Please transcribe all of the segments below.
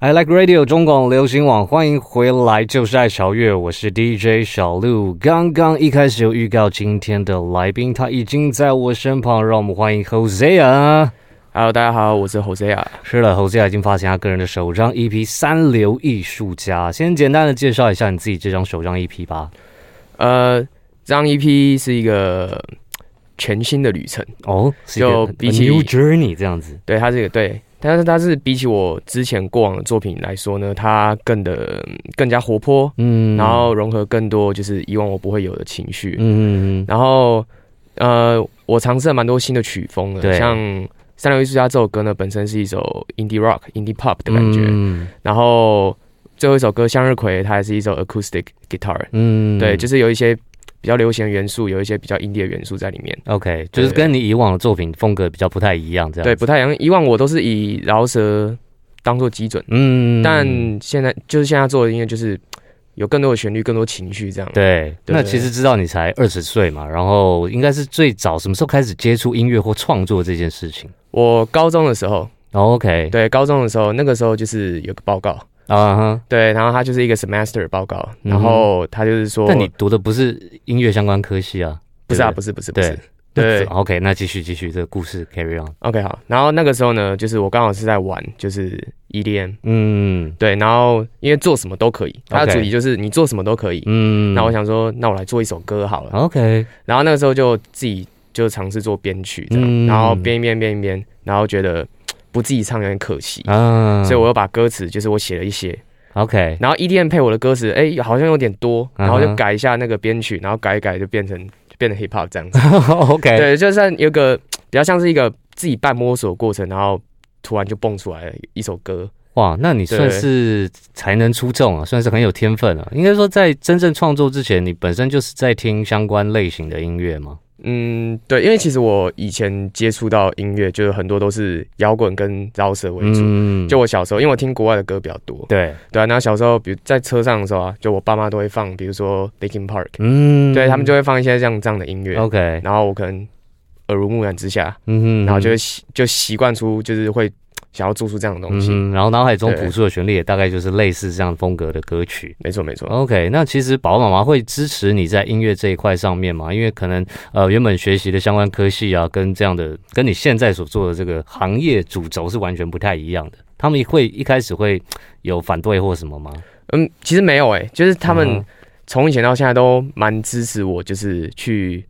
I like radio 中广流行网，欢迎回来，就是爱小月，我是 DJ 小鹿。刚刚一开始有预告今天的来宾，他已经在我身旁，让我们欢迎 Hosea。 Hello，大家好，我是侯 o 亚。是的，Hosea 已经发行他个人的首张 EP《三流艺术家》。先简单的介绍一下你自己这张首张 EP 吧。呃，这张 EP 是一个全新的旅程，哦，是一个就 a 比起 New Journey 这样子，对，它是一个对，但是它是比起我之前过往的作品来说呢，它更的更加活泼，嗯然后融合更多就是以往我不会有的情绪，嗯，然后呃，我尝试了蛮多新的曲风的，对像《三流艺术家》这首歌呢，本身是一首 indie rock、indie pop 的感觉，嗯然后最后一首歌《向日葵》，它还是一首 acoustic guitar，嗯对，就是有一些比较流行的元素，有一些比较 indie 的元素在里面。 OK，就是对跟你以往的作品风格比较不太一样，这样对，子不太一样。以往我都是以饶舌当做基准，嗯但现在就是现在做的音乐就是有更多的旋律，更多情绪这样。，对，对那其实知道你才二十岁嘛，然后应该是最早什么时候开始接触音乐或创作这件事情哦我高中的时候， ？OK，对，高中的时候，那个时候就是有个报告，啊哈，对，然后它就是一个 semester 报告，嗯哼然后他就是说，但你读的不是音乐相关科系啊？不是啊，对不是，不是，不对是。对，OK，那继啊续继续这个故事 carry on， OK，好。然后那个时候呢，就是我刚好是在玩，就是 EDM，嗯对，然后因为做什么都可以，它的 OK 主题就是你做什么都可以。嗯，哦那我想说，那我来做一首歌好了。 OK，然后那个时候就自己就尝试做编曲这样，嗯然后编一编编一编，然后觉得嘖不自己唱有点可惜，啊，所以我又把歌词就是我写了一些， OK，然后 EDM 配我的歌词，哎、好像有点多，嗯哼然后就改一下那个编曲，然后改一改就变成就变成 hip hop 这样子， OK，对，就算有个嘖比较像是一个自己半摸索的过程，然后突然就蹦出来了一首歌，哇，那你算对是才能出众啊，算是很有天分啊。应该说，在真正创作之前，你本身就是在听相关类型的音乐吗？嗯，对，因为其实我以前接触到音乐，就是很多都是摇滚跟饶舌为主。嗯，就我小时候，因为我听国外的歌比较多，对，对啊，然后小时候，比如在车上的时候啊，就我爸妈都会放，比如说 Linkin Park，、嗯对他们就会放一些这样这样的音乐， OK，然后我可能耳濡目染之下，嗯哼，然后就会习就习惯出，就是会想要做出这样的东嗯西。哼，然后脑海中对朴素的旋律也大概就是类似这样风格的歌曲。没错没错， OK，那其实宝宝妈妈会支持你在音乐这一块上面嘛？因为可能呃原本学习的相关科系啊，跟这样的跟你现在所做的这个行业主轴是完全不太一样的。他们会一开始会有反对或什么吗？嗯，其实没有诶、就是他嗯们哼从以前到现在都蛮支持我，就是去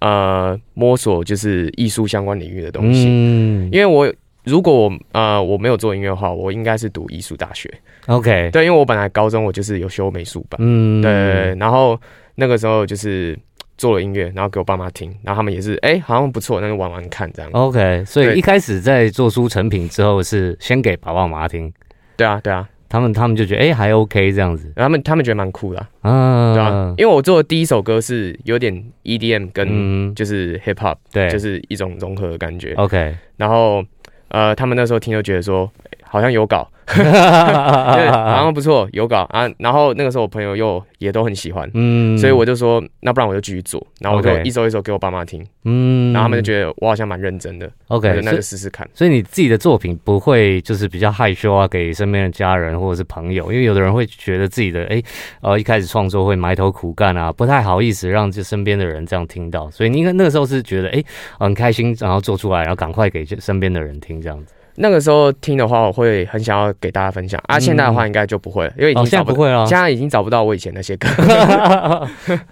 呃摸索就是艺术相关领域的东西，嗯因为我。如果我呃我没有做音乐的话，我应该是读艺术大学。 ，OK，对，因为我本来高中我就是有修美术班，嗯，对，然后那个时候就是做了音乐，然后给我爸妈听，然后他们也是哎、好像不错，那就玩玩看这哦样。 ，OK，所以对一开始在做出成品之后，是先给爸爸妈妈听，对啊，对啊，他们他们就觉得哎、还 OK 这样子，然后他们他们觉得蛮酷的啊、啊，对啊，因为我做的第一首歌是有点 EDM 跟嗯，就是 hip hop，、对，哦就是一种融合的感觉。 OK，然后呃，他们那时候听就觉得说哎好像有搞，啊对，好然像不错，有搞啊。然后那个时候我朋友又也都很喜欢。嗯所以我就说，那不然我就继续做，然后我就 OK 一首一首给我爸妈听，嗯然后他们就觉得我好像蛮认真的，那 OK，就那所就以试试看。所以你自己的作品不会就是比较害羞啊，给身边的家人或者是朋友，因为有的人会觉得自己的哎呃一开始创作会埋头苦干啊，不太好意思让这身边的人这样听到，所以你应该那个时候是觉得哎、呃很开心，然后做出来，然后赶快给身边的人听这样子。那个时候听的话，我会很想要给大家分享啊。嗯现在的话应该就不会了，因为已哦，经现在找不不到，会了现，在已经找不到我以前那些歌。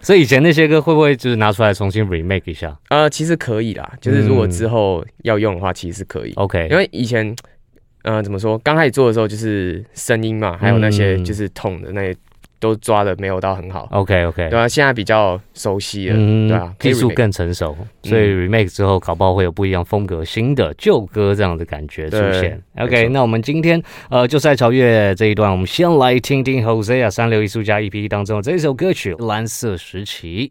所以以前那些歌会不会就是拿出来重新 remake 一下呃，其实可以啦，就是如果之后要用的话，其实是可以，嗯？OK，因为以前。呃，怎么说？刚开始做的时候就是声音嘛，还有那些嗯就是痛的那些都抓的没有到很好， OK OK，对啊，现在比较熟悉了，嗯，对啊，可以技术 remake 嗯更成熟，所以 remake 之后搞不好会有不一样风格、新的旧歌这样的感觉出现。对 OK，没错那我们今天呃就在超越这一段，我们先来听听 Hosea 三流艺术家 EP 当中的这首歌曲《蓝色时期》。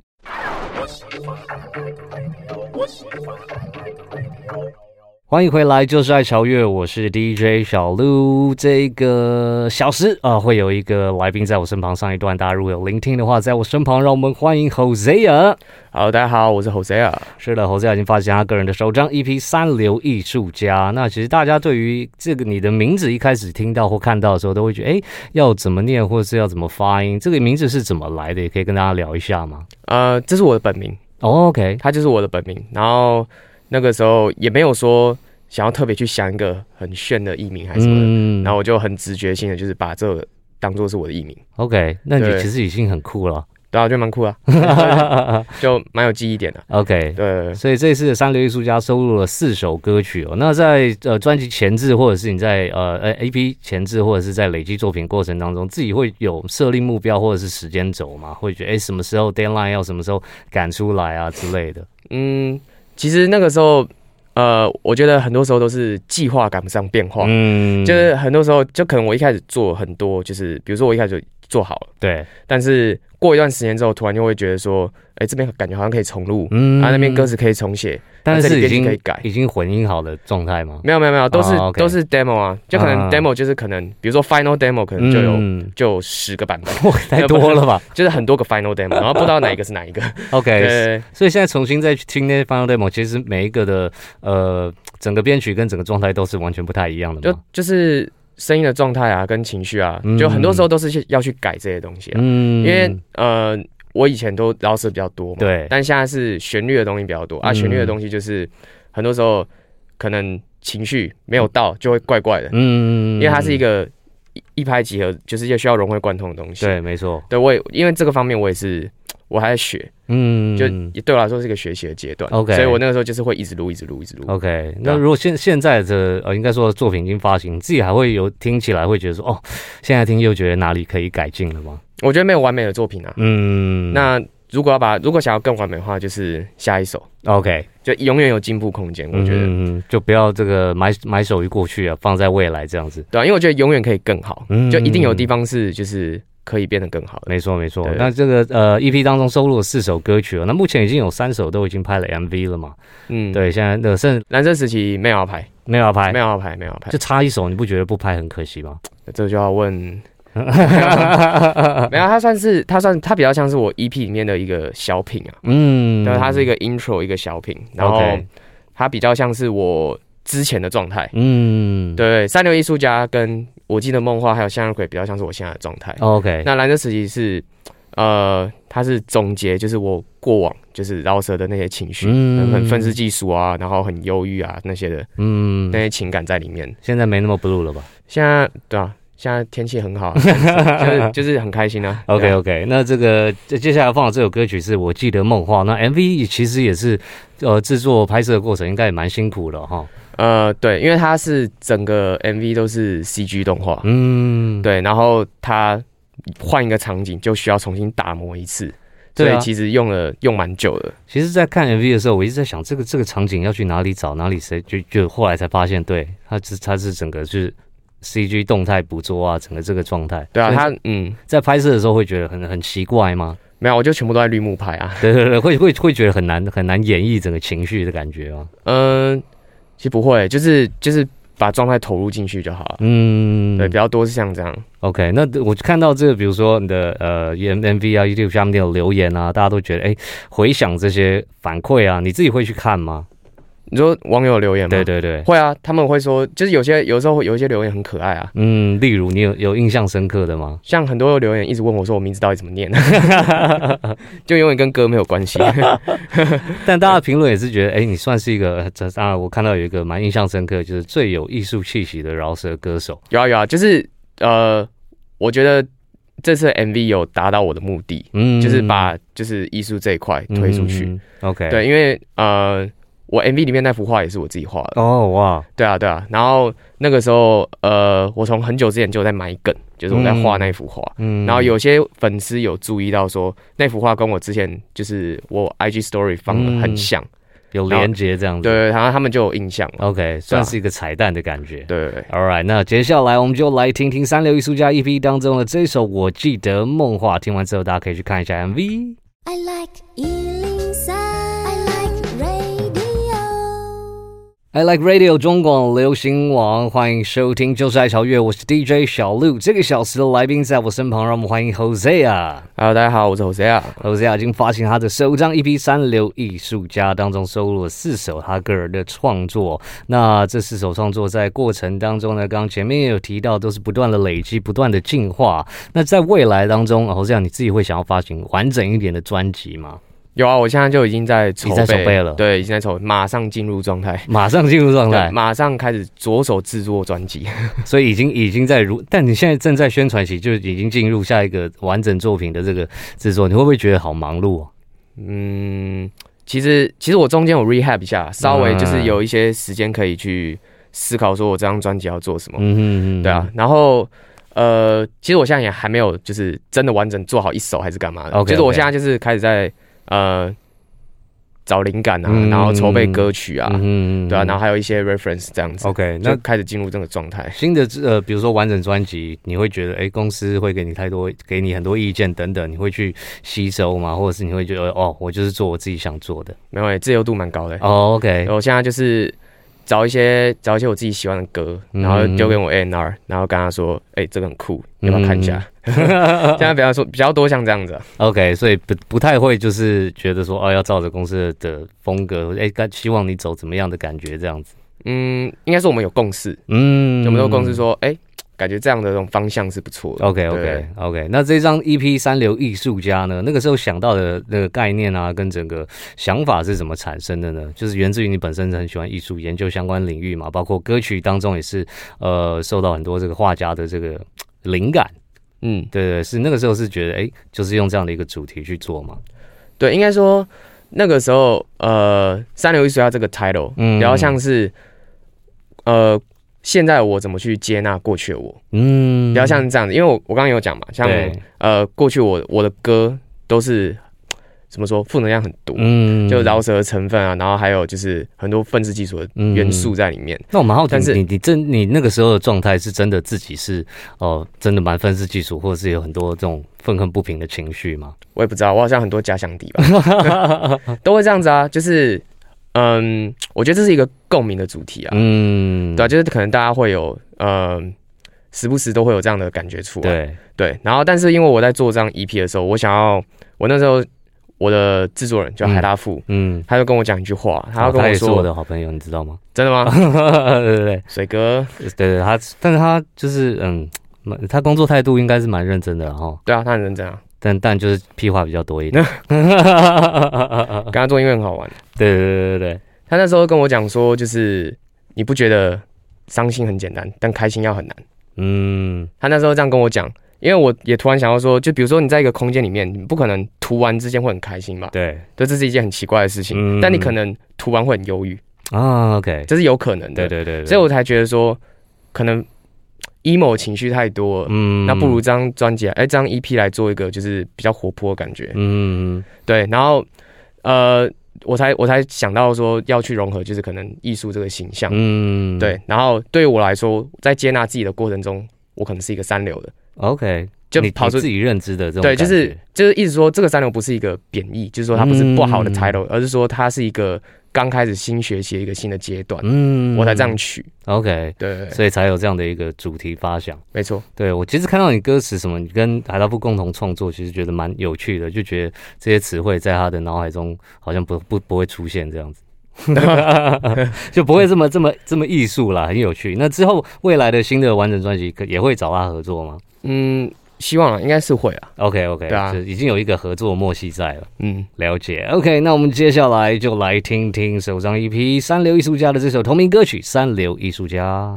欢迎回来，就是爱潮乐，我是 DJ 小鹿。这个小时啊、会有一个来宾在我身旁上一段，大家如果有聆听的话，在我身旁，让我们欢迎啊 Hosea。好，大家好，我是 Hosea。是的，侯赛已经发行他个人的首张 EP《三流艺术家》。那其实大家对于这个你的名字一开始听到或看到的时候，都会觉得，哎，要怎么念，或者是要怎么发音？这个名字是怎么来的？也可以跟大家聊一下吗、呃，这是我的本名，哦 o k 他就是我的本名。然后那个时候也没有说想要特别去想一个很炫的艺名还是什么的，嗯然后我就很直觉性的就是把这个当做是我的艺名， ，OK，那你对其实已经很酷 了。 对啊，我觉得蛮酷啊，就蛮有记忆点的。 OK，对，所以这次的三流艺术家收录了四首歌曲哦。那在呃专辑前置，或者是你在呃呃 AP 前置，或者是在累积作品过程当中，自己会有设定目标或者是时间轴吗？会觉得哎、诶什么时候 deadline 要什么时候赶出来啊之类的。嗯，其实那个时候，呃，我觉得很多时候都是计划赶不上变化，嗯哦就是很多时候就可能我一开始做很多，就是比如说我一开始就做好了，对，但是过一段时间之后，突然就会觉得说，哎、这边感觉好像可以重录，嗯啊，那边歌，词可以重写，但啊这是里已编辑可以经改。已经混音好的状态吗？没有没有没有，都是、哦，OK 都是 demo 啊，就可能嗯 demo 就是可能，比如说 final demo 可能就有、嗯就有十个版本，哇，太多了吧就是很多个 final demo，然后不知道哪一个是哪 一个。 ？OK，对，所以现在重新再去听那些 final demo，其实每一个的呃整个编曲跟整个状态都是完全不太一样的就嘛。就是声音的状态啊，跟情绪啊，嗯就很多时候都是去要去改这些东西啊。嗯因为呃，我以前都饶舌比较多嘛，对但现在是旋律的东西比较多啊，嗯旋律的东西就是很多时候可能情绪没有到就会怪怪的，嗯因为它是一个个一一拍即合，就是也需要融会贯通的东西。对，没错，对，我也因为这个方面我也是我还在学，嗯，就也对我来说是一个学习的阶段。 OK 所以我那个时候就是会一直录，一直录，一直录。 OK。那如果现现在的呃，应该说作品已经发行，你自己还会有听起来会觉得说，哦，现在听又觉得哪里可以改进了吗？我觉得没有完美的作品啊。嗯，那如果要把如果想要更完美的话，就是下一首， OK，就永远有进步空间。我觉得、嗯嗯就不要这个埋埋首于过去啊，放在未来这样子。对啊，因为我觉得永远可以更好，嗯就一定有地方是就是可以变得更好的。没错，没错。对那这个呃，EP 当中收录了四首歌曲哦，那目前已经有三首都已经拍了 MV 了嘛？嗯，，对，现在那剩男生时期没有要拍，没有要拍没，有要拍，没有要拍就，差一首，你不觉得不拍很可惜吗？这就要 问。没有，它算是它算它比较像是我 EP 里面的一个小品啊，嗯，对，它是一个 intro 一个小品，然后 OK 它比较像是我之前的状态。嗯，对，三流艺术家跟我记得梦话还有向日葵比较像是我现在的状态。 ，OK，那蓝色时期是，呃，它是总结，就是我过往就是饶舌的那些情绪，嗯嗯、很愤世嫉俗啊，然后很忧郁啊那些的嗯那，些情感在里面。现在没那么 blue 了吧现在对啊，现在天气很好、啊， 就是就是很开心啊。 ？OK 对啊 OK，那这个接接下来放的这首歌曲是我记得梦话，那 MV 其实也是呃制作拍摄的过程应该也蛮辛苦的哈。呃，对，因为它是整个 MV 都是 CG 动画，嗯，对，然后它换一个场景就需要重新打磨一次，所对啊以其实用了用蛮久的。其实，在看 MV 的时候，我一直在想这个这个场景要去哪里找，哪里谁就就后来才发现，对，它是它是整个是 CG 动态捕捉啊，整个这个状态。对啊，所以它嗯。在拍摄的时候会觉得很很奇怪吗？没有，我就全部都在绿幕拍啊。 对对对，会会会觉得很难很难演绎整个情绪的感觉哦吗？嗯、其实不会，就是就是把状态投入进去就好了。嗯，对，比较多是像这样。 OK，那我看到这个，比如说你的呃 M M V 啊，YouTube 下面有留言啊，大家都觉得哎、回想这些反馈啊，你自己会去看吗？你说网友留言吗？对，对对，会啊，他们会说，就是有些有时候会有一些留言很可爱啊，嗯，例如你有有印象深刻的吗？像很多留言一直问我说我名字到底怎么念， 就永远跟歌没有关系。 但大家评论也是觉得，哎、你算是一个，这当然我看到有一个蛮印象深刻，就是最有艺术气息的饶舌歌手。有啊有啊，就是呃，我觉得这次的 MV 有达到我的目的，嗯就是把就是艺术这一块推出去。嗯 OK，，对，因为呃，我 MV 里面那幅画也是我自己画的。哦哇，对啊，对啊。然后那个时候，呃，我从很久之前就在埋梗，就是我在画那幅画。嗯然后有些粉丝有注意到说，那幅画跟我之前就是我 IG Story 放的嗯很像，有连接这样子。对，然后他们就有印象了。 OK，算是一个彩蛋的感觉。对对对， All right，那接下来我们就来听听三流艺术家 EP 当中的这首《我记得梦话》。听完之后，大家可以去看一下 MV。 I like Ealing Sound. I like radio. I like radio 中广流行网，欢迎收听，就是爱潮乐，我是 DJ 小鹿。这个小时的来宾在我身旁，让我们欢迎 Hosea。 Hello，大家好，我是 Jose 啊。 Hosea 已经发行他的首张 EP《三流艺术家》，当中收录了四首他个人的创作。那这四首创作在过程当中呢，刚刚前面也有提到，都是不断的累积，不断的进化。那在未来当中，Hosea 你自己会想要发行完整一点的专辑吗？有啊，我现在就已经在筹你备在筹备了对，已经在筹，马上进入状态，马上进入状态对，马上开始着手制作专辑。所以已经已经在如，但你现在正在宣传期，就已经进入下一个完整作品的这个制作，你会不会觉得好忙碌、哦？嗯，其实其实我中间我 rehab 一下，稍微就是嗯有一些时间可以去思考，说我这张专辑要做什么。嗯哼嗯，对啊，，然后呃，其实我现在也还没有就是真的完整做好一首还是干嘛的。 OK，OK 就是我现在就是开始在呃找灵感啊，嗯然后筹备歌曲啊，嗯对啊，然后还有一些 reference 这样子。 OK，就那开始进入这个状态，新的呃，比如说完整专辑，你会觉得哎、诶公司会给你太多，给你很多意见等等，你会去吸收吗？或者是你会觉得哦，我就是做我自己想做的。没有、欸、自由度蛮高的、哦，OK，我现在就是找一些找一些我自己喜欢的歌，嗯然后丢给我 A N R，然后跟他说，哎、这个很酷，要不要看一下？嗯 现在比较说比较多像这样子、啊， OK，所以不不太会就是觉得说哦，要照着公司的风格，哎、该希望你走怎么样的感觉这样子。嗯，应该是我们有共识，嗯，我们有共识说，哎、感觉这样的这种方向是不错的。 OK OK 对 OK，那这张 EP《三流艺术家》呢？那个时候想到的那个概念啊，跟整个想法是怎么产生的呢？就是源自于你本身很喜欢艺术，研究相关领域嘛，包括歌曲当中也是呃受到很多这个画家的这个灵感。嗯，对对，是那个时候是觉得哎、诶就是用这样的一个主题去做嘛。对，应该说那个时候，呃，三流艺术家这个 title，嗯比较像是，呃，现在我怎么去接纳过去的我，嗯，比较像是这样子，因为我我刚刚有讲嘛，像对，呃，过去我我的歌都是怎么说，负能量很多，嗯就饶舌的成分啊，然后还有就是很多愤世嫉俗的元素在里面。嗯那我蛮好奇，但是你你真你那个时候的状态是真的自己是哦、呃真的蛮愤世嫉俗，或者是有很多这种愤恨不平的情绪吗？我也不知道，我好像很多假想敌吧， 都会这样子啊，就是嗯，我觉得这是一个共鸣的主题啊，嗯，对啊，就是可能大家会有嗯。时不时都会有这样的感觉出来，对，对。然后，但是因为我在做这张 EP 的时候，我想要，我那时候我的制作人叫海拉富，嗯，他就跟我讲一句话，哦他要跟也我是说，我的好朋友，你知道吗？ 真的吗？对对对水哥，对对，他但是他就是嗯，蛮他工作态度应该是蛮认真的啦，然后对啊，他很认真啊，但但就是屁话比较多一 点。哦跟他做音乐很好玩。对对对对对，他那时候跟我讲说，就是你不觉得伤心很简单，但开心要很难。嗯他那时候这样跟我讲，因为我也突然想要说，就比如说你在一个空间里面，你不可能涂完之间会很开心吧？对啊对，这是一件很奇怪的事情。嗯但你可能涂完会很忧郁，啊，OK，这是有可能的。对对对，对所以我才觉得说，可能 emo 情绪太多了。嗯那不如这张专辑，哎、这张 EP 来做一个就是比较活泼的感觉，嗯对，然后呃，我才我才想到说要去融合，就是可能艺术这个形象，嗯对，然后对于我来说，在接纳自己的过程中，我可能是一个三流的， ，OK，就你你跑出自己认知的这种对，感觉，就是就是一直说这个三流不是一个贬义，就是说它不是不好的嗯 title，、而是说它是一个刚开始新学习的一个新的阶段，嗯我才这样取， OK，对对对，所以才有这样的一个主题发想。没错，对我其实看到你歌词什么，你跟海拉布共同创作，其实觉得蛮有趣的，就觉得这些词汇在他的脑海中好像不不不会出现这样子。 就不会这么这么这么艺术啦，很有趣。那之后未来的新的完整专辑可也会找他合作吗嗯，希望啊，应该是会啊， ？OK OK，对啊已经有一个合作默契在了。嗯，了解，OK，那我们接下来就来听听首张 EP《三流艺术家》的这首同名歌曲《三流艺术家》。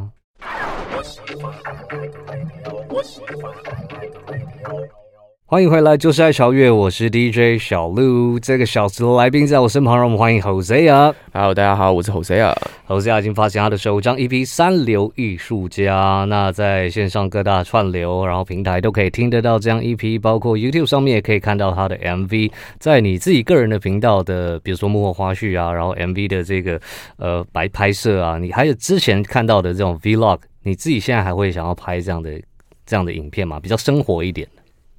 欢迎回来，就是爱潮乐，我是 DJ 小鹿。这个小时的来宾在我身旁，让我们欢迎 Hosea。 h e 大家好，我是 Jose 啊，侯斯亚已经发行他的首张 EP《三流艺术家》，那在线上各大串流，然后平台都可以听得到这张 EP，包括 YouTube 上面也可以看到他的 MV，在你自己个人的频道的，比如说幕后花絮啊，然后 MV 的这个呃白拍摄啊，你还有之前看到的这种 Vlog，你自己现在还会想要拍这样的这样的影片吗？比较生活一点。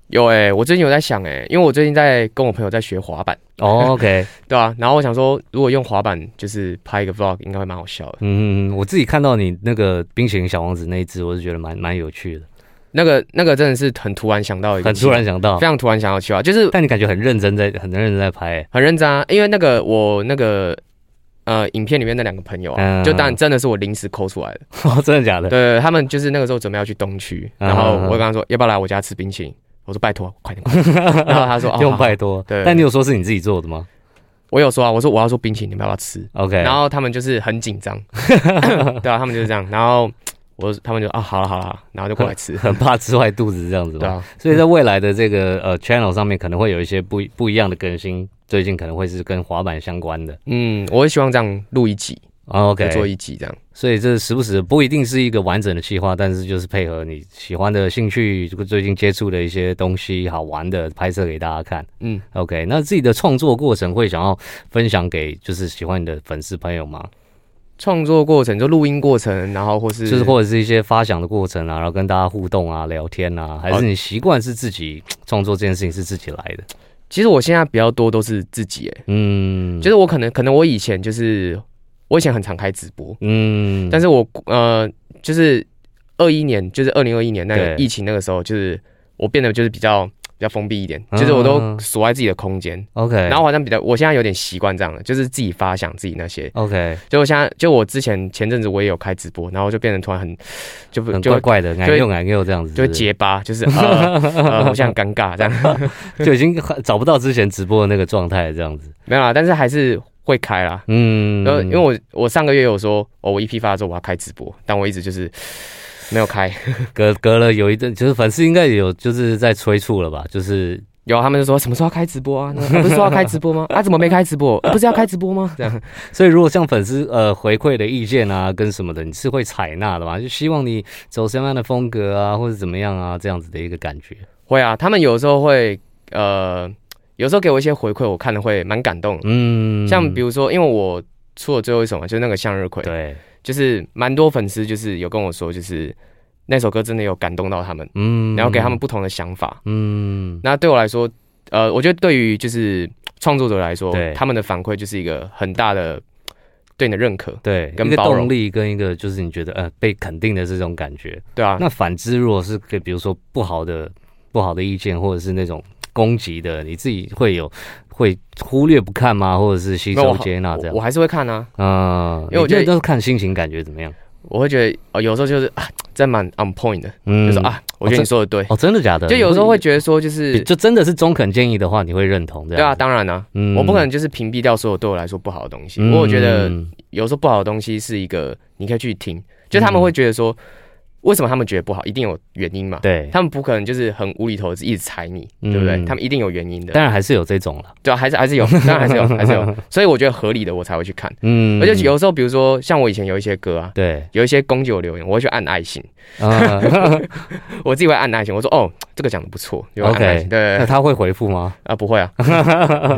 有哎、我最近有在想哎、因为我最近在跟我朋友在学滑板， 哦 OK，对啊，然后我想说，如果用滑板就是拍一个 vlog，应该会蛮好笑的。嗯，我自己看到你那个冰淇淋小王子那一只，我是觉得蛮蛮有趣的，那个那个真的是很突然想到一个，很突然，想到非，常突然想到去啊，就是但你感觉很认真在很认真在拍、 欸很认真啊，因为那个我那个呃影片里面那两个朋友啊，嗯就当然真的是我临时抠出来的，哦，真的假的？对，他们就是那个时候准备要去东区，嗯然后嗯嗯我就跟他说要不要来我家吃冰淇淋，我说拜托，快点，快点然后他说哦，用好拜托，对但你有说是你自己做的吗我有说啊，我说我要做冰淇淋，你们要不要吃？ ？OK，，然后他们就是很紧张，对啊，他们就是这样，然后我他们就啊好了好了，然后就过来吃 很怕吃坏肚子这样子对吧？啊，所以在未来的这个呃 channel 上面，可能会有一些不一不一样的更新，最近可能会是跟滑板相关的。嗯，我也希望这样录一集，哦就做 OK，一集这样，所以这时不时不一定是一个完整的计划，但是就是配合你喜欢的兴趣，最近接触的一些东西好玩的拍摄给大家看。嗯， OK，那自己的创作过程会想要分享给就是喜欢你的粉丝朋友吗？创作过程就录音过程，然后或是就是或者是一些发想的过程啊，然后跟大家互动啊、聊天啊，还哦是你习惯是自己创作这件事情是自己来的？其实我现在比较多都是自己，哎，嗯，就是我可能可能我以前就是我以前很常开直播，嗯，但是我呃就是二一年，就是二零二一年那对个疫情那个时候，就是我变得就是比较比较封闭一点，就是我嗯都锁在自己的空间， OK，然后好像比较我现在有点习惯这样了，就是自己发想自己那些。 OK，就我现在就我之前前阵子我也有开直播，然后就变成突然很就不很就怪怪的，哎矮又矮又这样子，就是会不是结 巴，就是呃呃，我现在很尴尬这样，就已经找不到之前直播的那个状态这样子。没有啦，但是还是会开啦。嗯，然呃后因为我我上个月有说，哦，我一批发的时候我要开直播，但我一直就是 没有开。隔隔了有一阵，就是粉丝应该也有就是在催促了吧，就是有啊他们就说什么时候要开直播啊？那啊不是说要开直播吗？啊， 怎么没开直播？啊不是要开直播吗？这样所以，如果像粉丝呃回馈的意见啊，跟什么的，你是会采纳的嘛？就希望你走什么样的风格啊，或者怎么样啊，这样子的一个感觉。会啊，他们有时候会呃，有时候给我一些回馈，我看了会蛮感动的。嗯，像比如说，因为我出了最后一首嘛，就是那个向日葵，对，就是蛮多粉丝就是有跟我说，就是那首歌真的有感动到他们，嗯，然后给他们，不同的想法。嗯，那对我来说，呃，我觉得对于就是创作者来说对，他们的反馈就是一个很大的对你的认可，对，跟一个包容动力跟一个就是你觉得呃被肯定的这种感觉。对啊，那反之，如果是给比如说不好的不好的意见，或者是那种攻击的，你自己会有会忽略不看吗？或者是吸没有收我接纳这我样我？还是会看啊，嗯，因为我你这觉得都是看心情感觉怎么样。我会觉得哦，有时候就是啊，真蛮 on point 的，嗯就是啊，我觉得你说的对，哦，真的假的？就有时候会你觉得说就是，就真的是中肯建议的话，你会认同这对啊，样子？当然啊，嗯我不可能就是屏蔽掉所有对我来说不好的东西，嗯不过我觉得有时候不好的东西是一个你可以去听，就他们会觉得说，为什么他们觉得不好，一定有原因嘛，对，他们不可能就是很无厘头一直踩你，嗯对不对？他们一定有原因的。当然还是有这种了。对啊，还是还是有，当然还是有，还 是有。所以我觉得合理的我才会去看，嗯而且有时候比如说像我以前有一些歌啊，对有一些攻击我留言，我会去按爱心， 啊，我自己会按爱心，我说哦这个讲的不错，就会按爱 OK，心。对那对对他会回复吗啊不会 啊，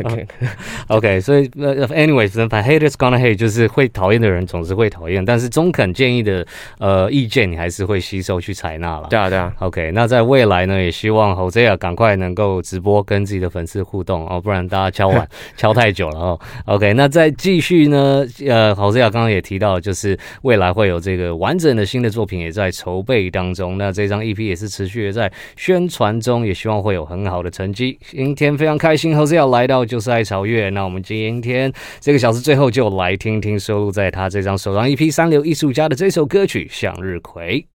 ？OK，所以呃，anyway，反正 haters gonna hate，就是会讨厌的人总是会讨厌，但是中肯建议的呃意见，你还是会吸收去采纳了。对啊对啊， OK，那在未来呢，也希望 Jose 啊赶快能够直播跟自己的粉丝互动哦，不然大家敲碗敲太久了哦。OK，那再继续呢，呃，Jose 啊刚刚也提到，就是未来会有这个完整的新的作品也在筹备当中，那这张 EP 也是持续的在宣传中，也希望会有很好的成绩。今天非常开心，Jose 要来到就是爱潮乐，那我们今天这个小时最 E 后就来听听收录在他这张首张 EP《三流艺术家》的这首歌曲《向日葵》。